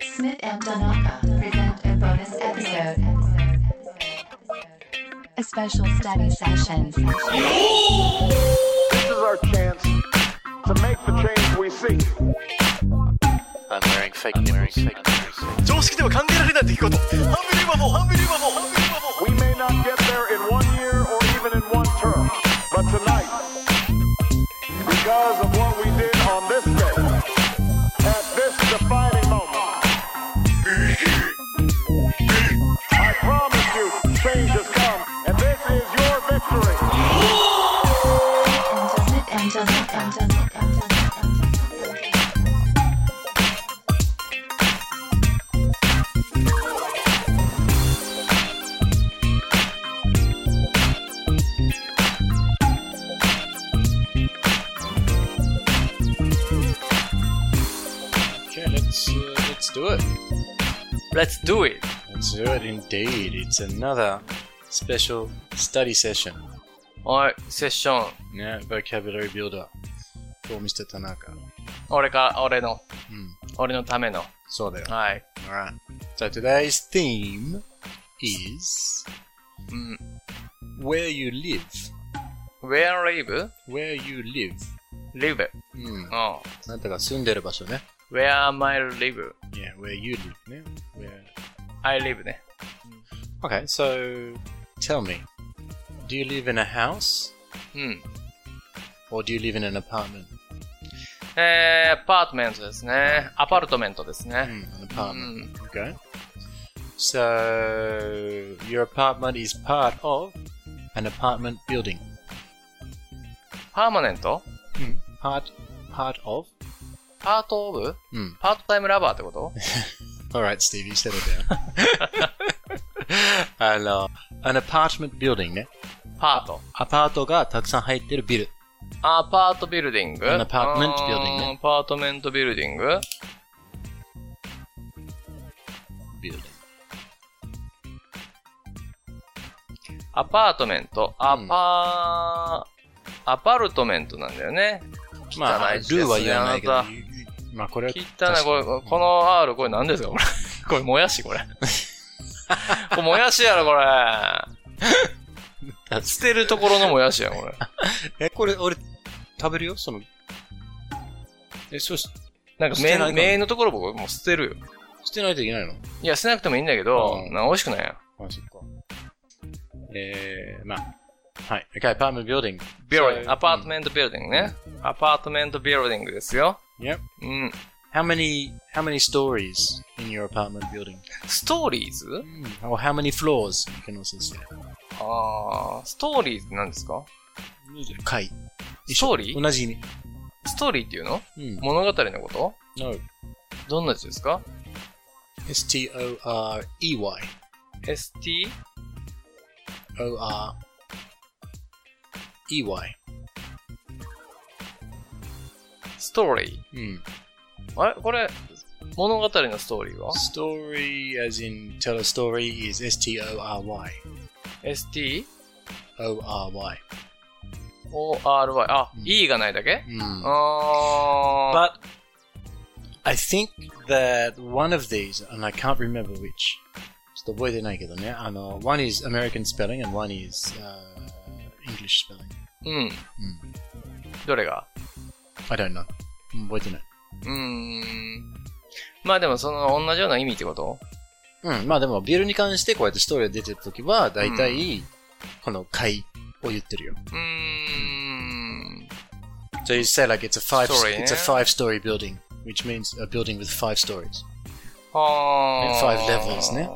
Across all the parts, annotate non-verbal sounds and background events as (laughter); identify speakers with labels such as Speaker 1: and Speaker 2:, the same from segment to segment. Speaker 1: Smith and Donaka present a bonus episode. A special study session.
Speaker 2: This is our chance to make the change we seek.
Speaker 3: I'm wearing fake nipples. Fake
Speaker 4: 常識では考えられない出来事ハンビリーバボーハンビリーバボーハンビリーバボー
Speaker 2: We may not get there in one year or even in one term, but tonight, because of what we did on this day, at this defining moment, I promise you, change has come, and this is your victory.
Speaker 1: Smith and Donaka.
Speaker 5: Okay, let's uh, let's do it.
Speaker 3: Let's do it.
Speaker 5: Let's do it indeed. It's another special study session.
Speaker 3: はい、セッション。
Speaker 5: Yeah, vocabulary builder for Mr. Tanaka.
Speaker 3: 俺から、俺の、
Speaker 5: Hmm.
Speaker 3: 俺のための。
Speaker 5: So there.
Speaker 3: はい。
Speaker 5: Alright. So today's theme is
Speaker 3: うん。
Speaker 5: where you live.
Speaker 3: Where live?
Speaker 5: Where you live.
Speaker 3: Live.
Speaker 5: うん
Speaker 3: う。ん。
Speaker 5: なんだか住んでる場所ね。
Speaker 3: Where my live?
Speaker 5: Yeah, where you live ね。Where...
Speaker 3: I live ね。
Speaker 5: Okay, so tell me. Do you live in a house
Speaker 3: うん。
Speaker 5: or do you live in an apartment?
Speaker 3: えー、アパートメントですね。アパルトメントですね。
Speaker 5: Mm, an
Speaker 3: う
Speaker 5: apartment.
Speaker 3: ん。
Speaker 5: Okay. So your apartment is part of an apartment building.
Speaker 3: パーマネント
Speaker 5: Mm. Part part of.
Speaker 3: パートオブ
Speaker 5: Mm.
Speaker 3: パートタイムラバーってこと
Speaker 4: (laughs)
Speaker 5: All right, Stevie, settle (laughs) down. Hello. An apartment building ね。
Speaker 3: パート。
Speaker 5: アパートがたくさん入ってるビル。
Speaker 3: アパートビルディング
Speaker 5: An apartment building ね
Speaker 3: アパートメントビルディング
Speaker 5: ビルディン
Speaker 3: アパートメント、ア
Speaker 5: Hmm.
Speaker 3: パー、アパルトメントなんだよね。
Speaker 5: グ。まあ、
Speaker 3: 汚
Speaker 5: ル
Speaker 3: い字です
Speaker 5: ー
Speaker 3: ね
Speaker 5: は言わないけど
Speaker 3: あなた。
Speaker 5: まあ、これは
Speaker 3: 汚い
Speaker 5: 確かに。
Speaker 3: これ、この R、これ何ですかこれ。 (laughs) これ、もやし、これ。 (laughs) これ、もやしやろ、
Speaker 5: (laughs)
Speaker 3: これ。捨てるところのもやしや、これ。
Speaker 5: え、これ、俺、食べるよその。え、そうし、
Speaker 3: なんか
Speaker 5: 捨てないか
Speaker 3: 麺、
Speaker 5: な
Speaker 3: 麺のところ僕もう捨てるよ。
Speaker 5: 捨てないといけないの
Speaker 3: いや、捨てなくてもいいんだけど、
Speaker 5: うん
Speaker 3: なんか美味しくないやん。
Speaker 5: あ、そっか。えー、まあ。はい。Okay, apartment building.
Speaker 3: ビルディン
Speaker 5: So-
Speaker 3: グ、アパートメントビルディングね。アパートメントビルディングですよ。
Speaker 5: Yep.
Speaker 3: うん。
Speaker 5: How many, how many stories in your apartment building?
Speaker 3: ストーリーズ
Speaker 5: Or how many floors? You can also say.
Speaker 3: あー、ストーリーズって何ですか
Speaker 5: 階。
Speaker 3: ストーリー
Speaker 5: 同じ意味。
Speaker 3: ストーリーっていうの
Speaker 5: うん。
Speaker 3: 物語のこと
Speaker 5: Hmm. No.
Speaker 3: どんなやつですか
Speaker 5: S-T-O-R-E-Y.
Speaker 3: ?ST?
Speaker 5: O-R. E-Y.
Speaker 3: ストーリ
Speaker 5: うん。
Speaker 3: ー。あれこれ、物語のストーリーは
Speaker 5: Story as in tell a story is S-T-O-R-Y.
Speaker 3: ?ST?
Speaker 5: O-R-Y.
Speaker 3: ORY? あ、
Speaker 5: うん
Speaker 3: E がないだけ
Speaker 5: うん。
Speaker 3: あ
Speaker 5: But I think that one of these, and I can't remember which, it's the word now. One is American spelling and one is uh, English spelling.
Speaker 3: ー。うん。どれが
Speaker 5: I don't know. Mm, 覚えてない。
Speaker 3: うーん。まあでもその同じような意味ってこと
Speaker 5: うん、Hmm, まあでも、ビールに関してこうやってストーリーが出てるときは、大体、この回を言ってるよ。
Speaker 3: うーん。
Speaker 5: So you say like it's a five,
Speaker 3: Story,
Speaker 5: it's a
Speaker 3: yeah.
Speaker 5: five story building, which means a building with five stories.
Speaker 3: あー。
Speaker 5: Five levels ね。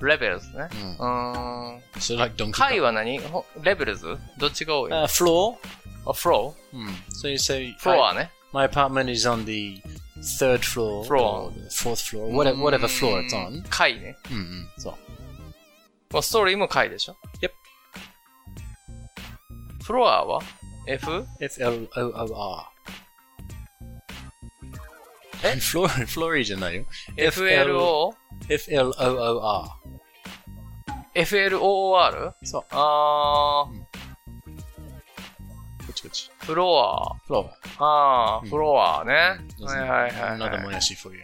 Speaker 3: レベルズね。
Speaker 5: うん
Speaker 3: うーん。
Speaker 5: So like Donkey
Speaker 3: 階は何ほレベルズどっちが多い
Speaker 5: Uh, floor.
Speaker 3: あ、フロ
Speaker 5: Mm. So you say
Speaker 3: ーフロアね。
Speaker 5: I- my apartment is on the third floor,
Speaker 3: Floor.
Speaker 5: or the fourth floor, whatever, whatever floor it's
Speaker 3: うーん
Speaker 5: on.
Speaker 3: 階ね。
Speaker 5: Mm-hmm. So
Speaker 3: まあ、ストーリーも階でしょ
Speaker 5: Yep.
Speaker 3: フロアは ?F?
Speaker 5: F L O O R. Floor, floor region, are you?
Speaker 3: FLO?
Speaker 5: F L O O R.
Speaker 3: FLOOR?
Speaker 5: So
Speaker 3: あ
Speaker 5: which which?
Speaker 3: フロ
Speaker 5: Flour.
Speaker 3: ア。ああ、
Speaker 5: うん
Speaker 3: フロアね。
Speaker 5: There's
Speaker 3: はいはいはい、
Speaker 5: Another
Speaker 3: はい。
Speaker 5: moyashi for (laughs) you.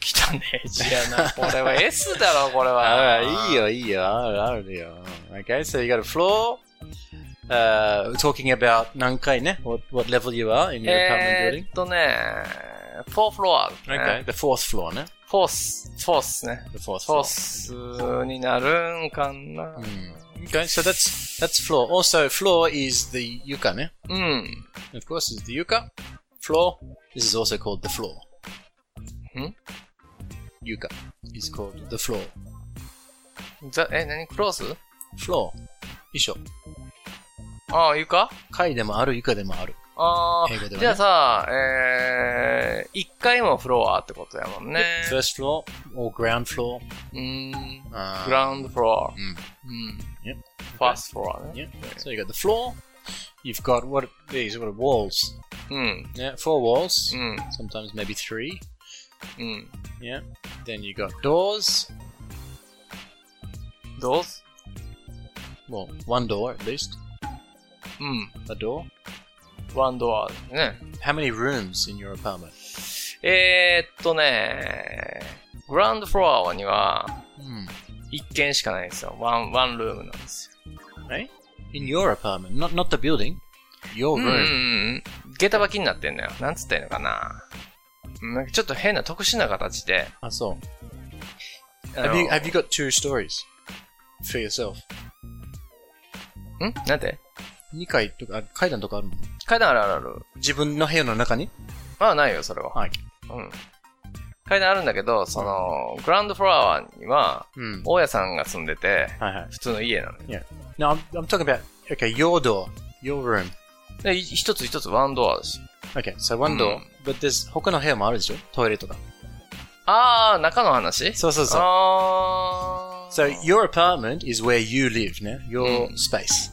Speaker 3: 汚ねえ字やな。これは S だろ、これ
Speaker 5: (laughs)
Speaker 3: は。
Speaker 5: Ah, Okay, so you got a floor. Uh, talking about Nankai, ne? What, what level you are in your apartment
Speaker 3: え
Speaker 5: building.
Speaker 3: ーっとね、フォーフロア。
Speaker 5: Okay, Uh, the fourth floor, ne?
Speaker 3: フォース、フォースね。
Speaker 5: The fourth
Speaker 3: フォ
Speaker 5: floor.
Speaker 3: ースになるんかな。
Speaker 5: Mm. Okay, so that's that's floor. Also, floor is the yuka, ne?
Speaker 3: うん。
Speaker 5: Of course, is the yuka. Floor. This is also called the floor.
Speaker 3: Hmm?
Speaker 5: Yuka is called the floor.
Speaker 3: ざえ、何クロス
Speaker 5: Floor. 一緒。
Speaker 3: ああ、床
Speaker 5: 階でもある、床でもある。
Speaker 3: ああ、
Speaker 5: 英語ではね
Speaker 3: じゃあさ、えー、1階もフロアってことやもん
Speaker 5: Eh.
Speaker 3: ね。
Speaker 5: First floor or ground floor.
Speaker 3: うーん。
Speaker 5: Uh,
Speaker 3: グラウンドフロア。
Speaker 5: うん
Speaker 3: うん。
Speaker 5: Yep.
Speaker 3: ファーストフロアね。
Speaker 5: Yeah. So you got the floor. You've got what are these? What are walls?
Speaker 3: うん。
Speaker 5: Yeah, four walls.
Speaker 3: うん。
Speaker 5: Sometimes maybe three.
Speaker 3: うん。
Speaker 5: Yeah. Then you got doors.
Speaker 3: どうす
Speaker 5: Well, one door at least.
Speaker 3: うん。
Speaker 5: A door.
Speaker 3: ワンドアですね。
Speaker 5: How many rooms in your apartment?
Speaker 3: えー、っとね、グラウンドフロアには
Speaker 5: Hmm.
Speaker 3: 1軒しかないんですよ。ワン、ワンルームなんですよ。
Speaker 5: Eh? Hmm. In your apartment, not not the building. Your
Speaker 3: う
Speaker 5: room.
Speaker 3: んうんうん。下駄履きになってんのよ。なんつったらいいのかな。うんなんかちょっと変な特殊な形で。
Speaker 5: I saw.
Speaker 3: あ
Speaker 5: Have
Speaker 3: の
Speaker 5: you have you got two stories for yourself?
Speaker 3: んなんて
Speaker 5: uh, 2階とか、階段とかあるの自分の部屋の中に
Speaker 3: 階段あるあるある。まあないよ、それは。
Speaker 5: はい。
Speaker 3: うん。階段あるんだけど、その、グラウンドフロアには、
Speaker 5: うん。
Speaker 3: 大家さんが住んでて、
Speaker 5: はいはい。
Speaker 3: 普通の家なのよ。
Speaker 5: No, I'm, I'm talking about, okay, your door, your room.
Speaker 3: で、い一つ一つワンドアだし。
Speaker 5: Okay, so one door,
Speaker 3: うん。
Speaker 5: but there's 他の部屋もあるでしょトイレとか。
Speaker 3: あー、中の話
Speaker 5: そうそうそう。
Speaker 3: あー。
Speaker 5: So your apartment is where you live, ne? Your space.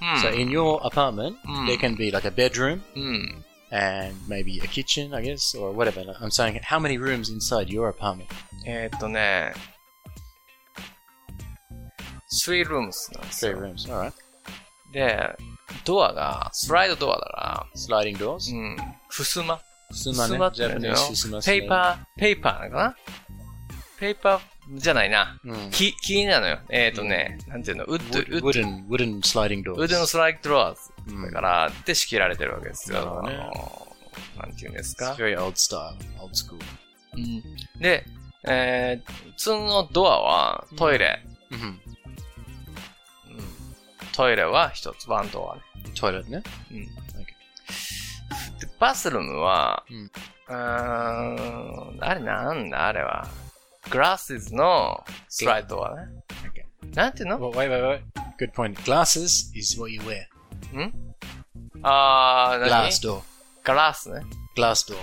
Speaker 3: うん。
Speaker 5: So in your apartment,
Speaker 3: うん。
Speaker 5: there can be like a bedroom
Speaker 3: うん。
Speaker 5: and maybe a kitchen, I guess, or whatever. Like, I'm saying, how many rooms inside your apartment?
Speaker 3: えー、っとね、3 rooms なんですよ
Speaker 5: Three rooms, all right.
Speaker 3: で、ドアが、スライドドアだから、
Speaker 5: Sliding doors.
Speaker 3: うん、ふすま。
Speaker 5: Fusuma, ne?
Speaker 3: ふすまって
Speaker 5: Japanese
Speaker 3: 言う
Speaker 5: fusuma
Speaker 3: のペー
Speaker 5: sliding.
Speaker 3: パー、ペーパーなのかなペーパーじゃないな。
Speaker 5: うん
Speaker 3: 木、木なのよ。えっ、ー、とね、なんていうの、ウッド、ウ
Speaker 5: Mm. Wood-
Speaker 3: ッ
Speaker 5: Wooden, wooden sliding doors. Mm.
Speaker 3: ド、ウッドのストライクドア
Speaker 5: うん
Speaker 3: だから、で仕切られてるわけですよ。
Speaker 5: なるほどね
Speaker 3: あのなんていうんです
Speaker 5: It's
Speaker 3: か。
Speaker 5: very old style, old school.
Speaker 3: うん、で、えー、普通のドアはトイレ。
Speaker 5: Mm-hmm.
Speaker 3: うんトイレは一つ、ワンドアね。
Speaker 5: Toilet, ne?
Speaker 3: うん。
Speaker 5: Okay.
Speaker 3: で、バスルームは、
Speaker 5: うん
Speaker 3: うーん、あれなんだ、あれは。グラスズのスライドはね。なんていうの
Speaker 5: Well, Oh, wait, wait, wait. Good point. Glasses is what you wear.
Speaker 3: あー、何
Speaker 5: Glass door.
Speaker 3: ガラスね。
Speaker 5: Glass door.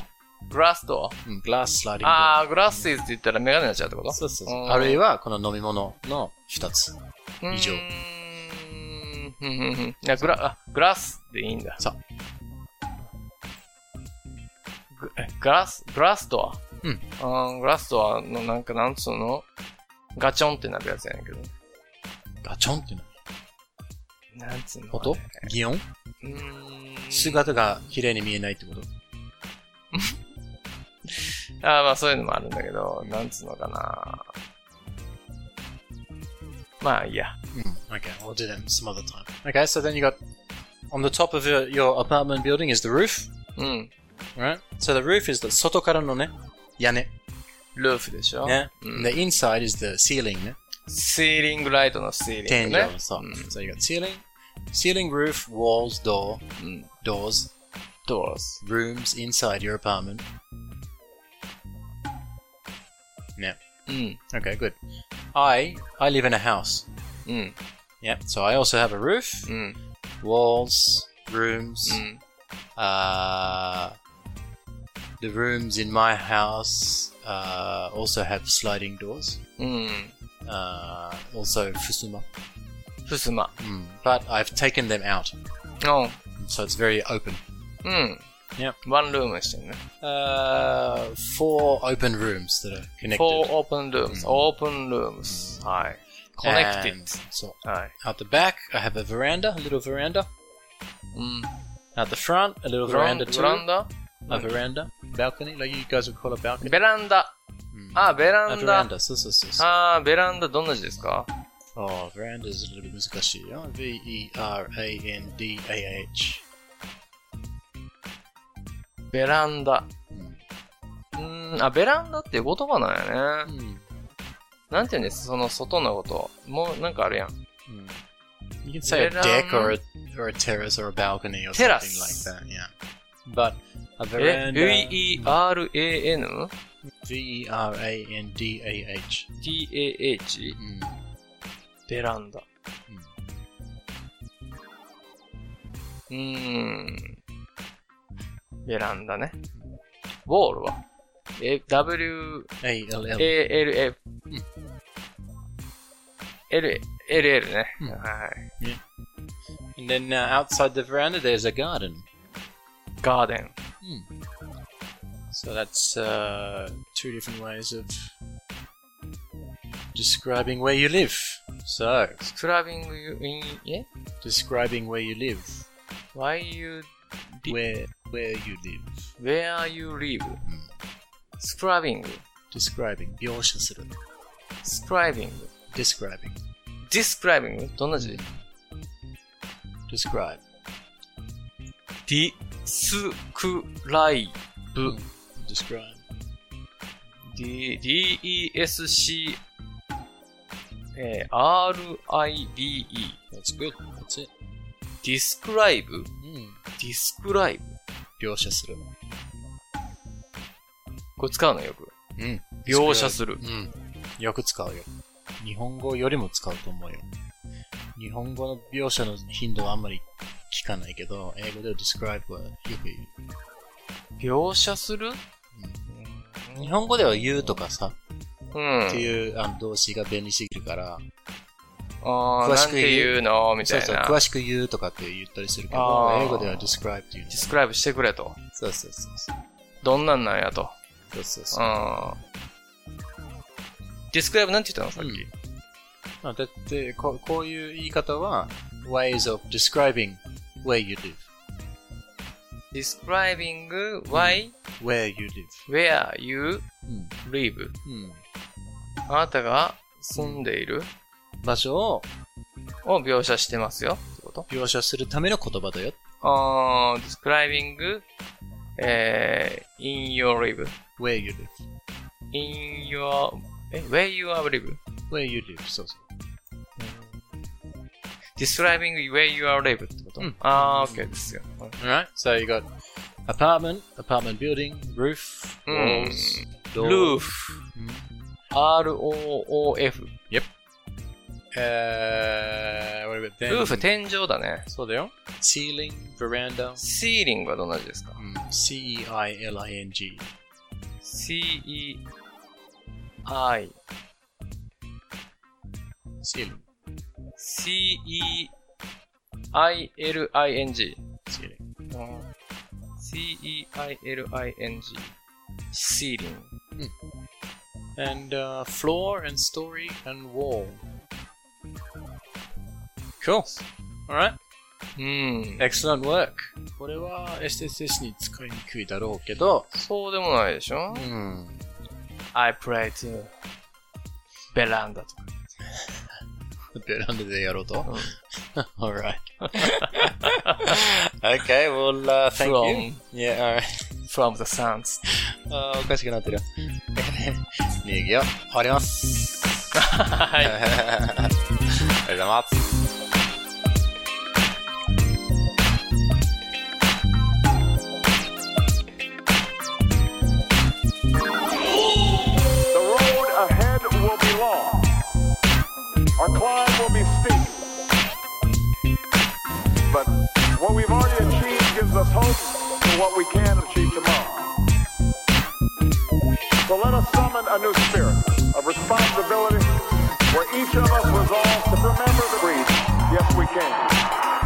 Speaker 3: グラスド
Speaker 5: Mm, glass sliding
Speaker 3: ア。あ
Speaker 5: door.
Speaker 3: ー、グラスイズって言ったらメガネになっちゃうってこと
Speaker 5: そうそうそう
Speaker 3: うん
Speaker 5: あるいは、この飲み物の二つ。以上
Speaker 3: うーんふんふんふんいや、グラ、あ、グラスでいいんだ。
Speaker 5: そう
Speaker 3: グ。えグラス、グラスドア。
Speaker 5: うん
Speaker 3: あー。グラスドアのなんか、なんつうのガチョンってなるやつやねんけど。
Speaker 5: ガチョンっていうの。
Speaker 3: なんつうの
Speaker 5: 音擬音
Speaker 3: うーん。
Speaker 5: 姿が綺麗に見えないってこと
Speaker 3: あーまあそういうのもあるんだけど、なんつうのかな。まあいいや。
Speaker 5: Hmm. Okay, we'll do them some other time. Okay, so then you got, on the top of your, your apartment building is the roof,
Speaker 3: うん。
Speaker 5: right? So the roof is the 外からのね、屋根。
Speaker 3: ルーフでしょ
Speaker 5: ね。
Speaker 3: うん
Speaker 5: The inside is the ceiling ね。
Speaker 3: シーリングライトのシーリン
Speaker 5: 天井
Speaker 3: グね。
Speaker 5: そう
Speaker 3: うん。
Speaker 5: So you got ceiling, ceiling, roof, walls, door,
Speaker 3: うん。
Speaker 5: doors,
Speaker 3: ドアス。
Speaker 5: rooms inside your apartment. Yeah.
Speaker 3: うん。
Speaker 5: Okay, good. I I live in a house.
Speaker 3: うん。
Speaker 5: Yeah. So I also have a roof,
Speaker 3: うん。
Speaker 5: walls, rooms.
Speaker 3: Hmm.
Speaker 5: Uh, the rooms in my house uh, also have sliding doors.
Speaker 3: うん。うん。
Speaker 5: Uh, also fusuma.
Speaker 3: ふすま。
Speaker 5: Mm. But I've taken them out,
Speaker 3: う
Speaker 5: so it's very open.
Speaker 3: ん。うん。
Speaker 5: Yep.
Speaker 3: ワンルームしてるね。
Speaker 5: Uh, four open rooms that are connected.
Speaker 3: Four open rooms.
Speaker 5: うん
Speaker 3: オープンルームス。はい。コネクティ
Speaker 5: And so
Speaker 3: ッはい。
Speaker 5: out the back, I have a veranda, a little veranda.
Speaker 3: うん。
Speaker 5: At the front, a little
Speaker 3: グラン
Speaker 5: veranda too.
Speaker 3: グランダ
Speaker 5: A veranda. Balcony, like you guys would call a balcony. Mm.
Speaker 3: ベランダ。あ、ベ
Speaker 5: a
Speaker 3: ランダ。
Speaker 5: veranda. So, so, so, so.
Speaker 3: あー、ベランダどんな字ですか
Speaker 5: Oh, veranda is a little bit E 難しいよ. V-E-R-A-N-D-A-H.
Speaker 3: ベランダ。
Speaker 5: うん
Speaker 3: うーん、あ、ベランダっていう言葉なんやね。
Speaker 5: Mm.
Speaker 3: なんていうんですその外のこと。もうなんかあるやん。
Speaker 5: Mm. You can say a Um,
Speaker 3: Veranda.
Speaker 5: deck or a, or a terrace or a balcony or
Speaker 3: Terrace.
Speaker 5: something like that, yeah. But a
Speaker 3: え、
Speaker 5: veranda. E
Speaker 3: V-E-R-A-N-D-A-H?
Speaker 5: V-E-R-A-N-D-A-H. Mm.
Speaker 3: ベランダ。うーん。ベランダね。ウォールはえ、W、
Speaker 5: A-L-L.
Speaker 3: A、L、F
Speaker 5: ん。
Speaker 3: L、L、L ね。
Speaker 5: うん
Speaker 3: はい。
Speaker 5: And then uh, outside the veranda, there's a garden.
Speaker 3: ガーデン。
Speaker 5: So that's uh, two different ways of describing where you live. So,
Speaker 3: スクラビング、イン、え
Speaker 5: describing where you live.
Speaker 3: Why you, Li-
Speaker 5: Where where you live.
Speaker 3: where you live? スクラビング。
Speaker 5: Describing. 描写する。
Speaker 3: スクライビング。
Speaker 5: Describing.
Speaker 3: ディスクライビングどんな字
Speaker 5: Describe.
Speaker 3: ディスクライブ。
Speaker 5: Describe.
Speaker 3: D- DESC、えー RIBE。
Speaker 5: That's good. That's it.
Speaker 3: describe?
Speaker 5: Mm.
Speaker 3: describe?
Speaker 5: 描写する。
Speaker 3: これ使うのよく。
Speaker 5: うん。
Speaker 3: 描写する。
Speaker 5: うん。よく使うよ。日本語よりも使うと思うよ。日本語の描写の頻度はあんまり聞かないけど、英語では describe はよく言
Speaker 3: 描写する
Speaker 5: う。日本語では言うとかさ、
Speaker 3: うん。
Speaker 5: っていうあの動詞が便利すぎるから、
Speaker 3: あー
Speaker 5: 詳
Speaker 3: な
Speaker 5: し
Speaker 3: ん
Speaker 5: く
Speaker 3: て
Speaker 5: 言う
Speaker 3: 言うのみた
Speaker 5: そう
Speaker 3: いな。
Speaker 5: そう、詳しく言うとかって言ったりするけど
Speaker 3: あ、ー
Speaker 5: 英語では describe っていうの。
Speaker 3: ディスクライブしてくれと。
Speaker 5: そうそうそうそう。
Speaker 3: どんなんなんやと。
Speaker 5: そうそう
Speaker 3: う
Speaker 5: そ
Speaker 3: ん。ディスクライブなんて言ったのさっき。
Speaker 5: う。だってこ、こういう言い方は、ways of describing where you live.
Speaker 3: describing why,
Speaker 5: where you live.
Speaker 3: where you
Speaker 5: うん。
Speaker 3: live.
Speaker 5: うん。
Speaker 3: あなたが住んでいる
Speaker 5: 場所を
Speaker 3: を描写してますよ。ってこと
Speaker 5: 描写するための言葉だよ。
Speaker 3: あー describing, えー in your live.
Speaker 5: where you live.
Speaker 3: in your, え where you are live.
Speaker 5: where you live. そうそう。
Speaker 3: describing where you are live ってこと、
Speaker 5: うん
Speaker 3: あー OK ですよ。うん
Speaker 5: Alright, so you got apartment, apartment building, roof,
Speaker 3: うん
Speaker 5: walls, door. Hmm.
Speaker 3: roof,
Speaker 5: うん
Speaker 3: r-o-o-f.
Speaker 5: Uh, what about then?
Speaker 3: ルーフ、天井だね。
Speaker 5: そうだよ。ceiling, veranda. E
Speaker 3: シーリングはどんな字ですか
Speaker 5: うん C-E-I-L-I-N-G.
Speaker 3: ?c-e-i,
Speaker 5: ceiling,
Speaker 3: c-e-i-l-i-n-g。
Speaker 5: ceiling.
Speaker 3: E C-E-I-L-I-N-G シーリング
Speaker 5: And uh, floor and story and wall. Cool. Alright.
Speaker 3: うん。
Speaker 5: Excellent work. これは SSS に使いにくいだろうけど、
Speaker 3: そうでもないでしょ
Speaker 5: うん (laughs)
Speaker 3: ?I play to ベランダとか。
Speaker 5: ベランダでやろうと。
Speaker 3: ん
Speaker 5: (laughs) alright. okay, well,、uh, thank you. Yeah, alright.
Speaker 3: from the suns.
Speaker 5: あーおかしくなって (laughs) るよ。逃げよう。終わります。
Speaker 3: は
Speaker 5: (laughs) はいい。。 (laughs) ありがとうございます。
Speaker 2: The road ahead will be long. Our climb will be steep. But what we've already achieved gives us hope for what we can achieve tomorrow. So let us summon a new spirit of responsibility where each of us resolves to remember the creed, yes we can.